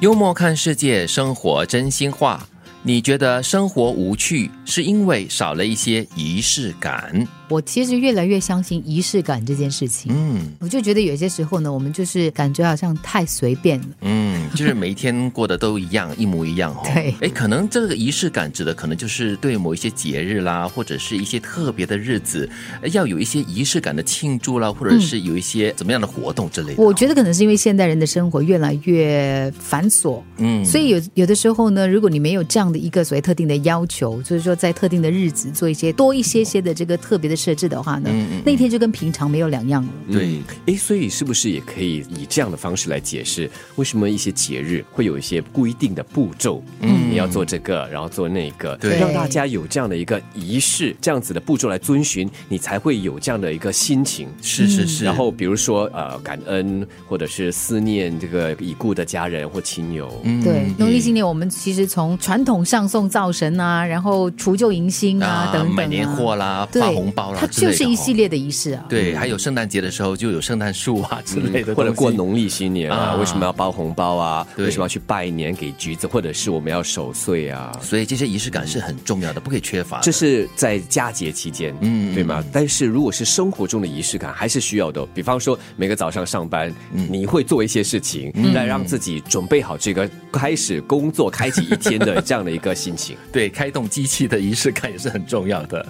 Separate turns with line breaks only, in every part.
幽默看世界，生活真心话。你觉得生活无趣，是因为少了一些仪式感。
我其实越来越相信仪式感这件事情。
嗯
我就觉得有些时候呢，我们就是感觉好像太随便了。
嗯，就是每一天过得都一样，一模一样哦。
对
哎，可能这个仪式感指的可能就是对某一些节日啦，或者是一些特别的日子，呃要有一些仪式感的庆祝啦，或者是有一些怎么样的活动之类的。
我觉得可能是因为现代人的生活越来越繁琐，
嗯
所以有有的时候呢，如果你没有这样的一个所谓特定的要求，就是说在特定的日子做一些多一些些的这个特别的设置的话呢，
嗯嗯嗯
那天就跟平常没有两样了。
对
嗯，哎，所以是不是也可以以这样的方式来解释，为什么一些节日会有一些规定的步骤？嗯，你要做这个，然后做那个，
对
让大家有这样的一个仪式，这样子的步骤来遵循，你才会有这样的一个心情。
是是
嗯
是，
然后比如说呃，感恩或者是思念这个已故的家人或亲友。嗯，
对，农历新年我们其实从传统上送灶神啊，然后除旧迎新啊等等啊
买年货啦，
对
发红包啦，
它
之类
就
的
是一
哦
系列的仪式啊。
嗯
对，还有圣诞节的时候就有圣诞树啊之类的东西，
或者过农历新年啊，
啊
为什么要包红包啊？
对
为什么要去拜年给橘子，或者是我们要守岁啊？
所以这些仪式感是很重要的，不可以缺乏的。
这是在佳节期间，
啊嗯
嗯，对吗？但是如果是生活中的仪式感，还是需要的哦。比方说，每个早上上班，
嗯
你会做一些事情，来让自己准备好这个开始工作、开启一天的这样的一个心 情。
对开动机器的仪式感也是很重要的。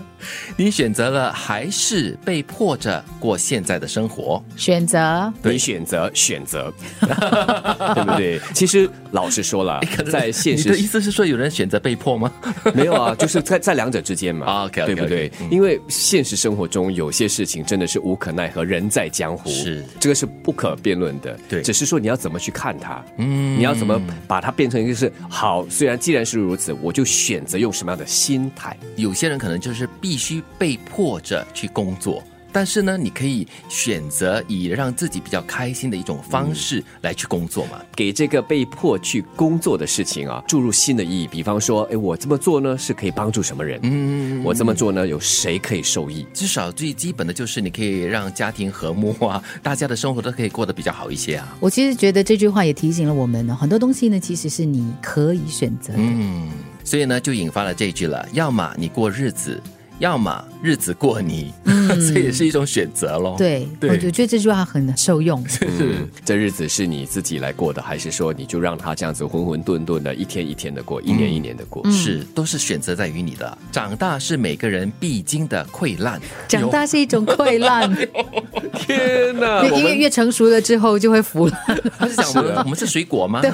你选择了还是被迫着过现在的生活？
选择
你选择选择， 对 不对？其实老实说了，在现
哎你的
实
意思是说有人选择被迫吗？
没有啊，就是在在两者之间嘛，
啊，OK，OK，OK，
对不对
嗯？
因为现实生活中有些事情真的是无可奈何，人在江湖，
是
这个是不可辩论的。
对
只是说你要怎么去看它，
嗯
嗯，你要怎么把它变成一个是好。虽然既然是如此，我就选择用什么样的心态。
有些人可能就是必须被迫着去工作。但是呢，你可以选择以让自己比较开心的一种方式来去工作嘛。
给这个被迫去工作的事情啊，注入新的意义。比方说，哎，我这么做呢，是可以帮助什么人？
嗯，
我这么做呢，有谁可以受益？
至少最基本的就是你可以让家庭和睦啊，大家的生活都可以过得比较好一些啊。
我其实觉得这句话也提醒了我们呢，很多东西呢其实是你可以选择的。
嗯，所以呢，就引发了这一句了：要么你过日子，要么日子过你。 这也是一种选择喽。，
嗯对，
对
我就觉得这句话很受 用。
嗯，这日子是你自己来过的，还是说你就让他这样子浑浑沌沌的，一天一天的
嗯
过，一年一年的过？
嗯
是都是选择在于你的。长大是每个人必经的溃烂。
长大是一种溃 烂，
天哪
越越越成熟了之后就会 腐烂。
他 是讲我们我们是水果 吗？对，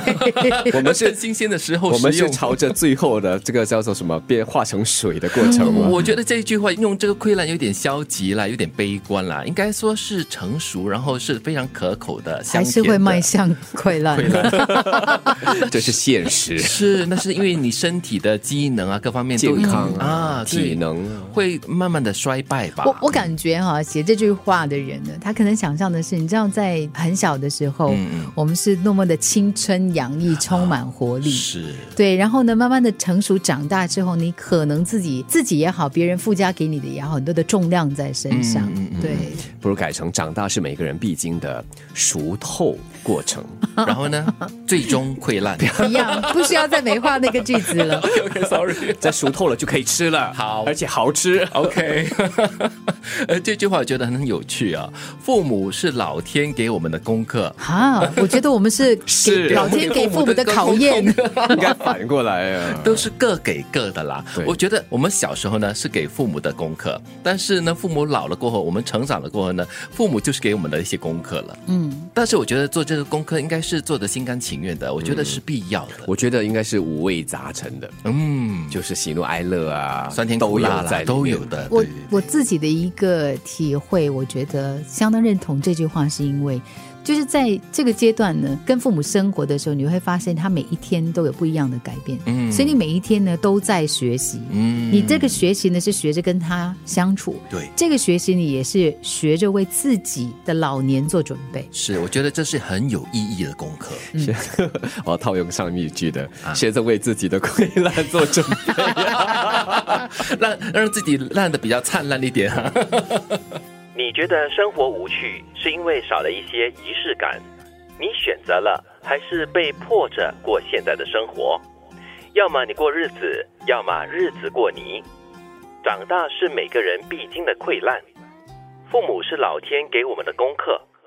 我们
趁
是，
新鲜的时候
我们
食
是
用。
朝着最后的这个叫做什么变化成水的过程吗？
嗯我觉得这一句话用这个溃烂有点消极啦，有点悲观啦，应该说是成熟，然后是非常可口的，香
还是会
甜的。
迈 向溃烂。
这是现 实
是，那是因为你身体的机能啊，各方面都已
健
经
康啊，
啊，
体
对
能啊，
会慢慢的衰败吧。
我我感觉哈、写这句话的人呢，他可能想象的是，你知道，在很小的时候，我们是多么的青春洋溢，充满活力。
是
对，然后呢，慢慢的成熟长大之后，你可能自己自己也好，别人附加给你的也好，很多的重量在身上。对，
不如改成长大是每个人必经的熟透 过程。
然后 呢，最终溃烂。
一样不需要再美化那个句子 了。
OK，sorry，在 熟透了就可以吃了，
好
而且好吃。
OK，呃，这句话我觉得很有趣啊。父母是老天给我们的功课，
啊，我觉得我们是
是
给老天给父母的考验。
应该反过来啊。
都是各给各的啦
对。
我觉得我们小时候呢是给父母的功课，但是呢，父母老了过后，我们成长了过后呢，父母就是给我们的一些功课了。
嗯，
但是我觉得做这个功课应该是做的心甘情愿的，我觉得是必要的。
我觉得应该是五味杂陈的，
嗯，
就是喜怒哀乐啊，
酸甜苦辣
都有
啦
在
都
里面
有。的。
我
对对
我自己的一个体会，我觉得相当认同这句话，是因为就是在这个阶段呢，跟父母生活的时候，你会发现他每一天都有不一样的改变，
嗯
所以你每一天呢都在学习，
嗯
你这个学习呢是学着跟他相处，
对
这个学习你也是学着为自己的老年做准备。
是，我觉得这是很有意义的功 课。
是 我要套用上一句的，
啊
现在为自己的 溃烂做准备。
让让自己烂的比较灿烂一点啊。
你觉得生活无趣，是因为少了一些仪式感。你选择了还是被迫着过现在的生活。要么你过日子，要么日子过你。长大是每个人必经的溃烂，父母是老天给我们的功课，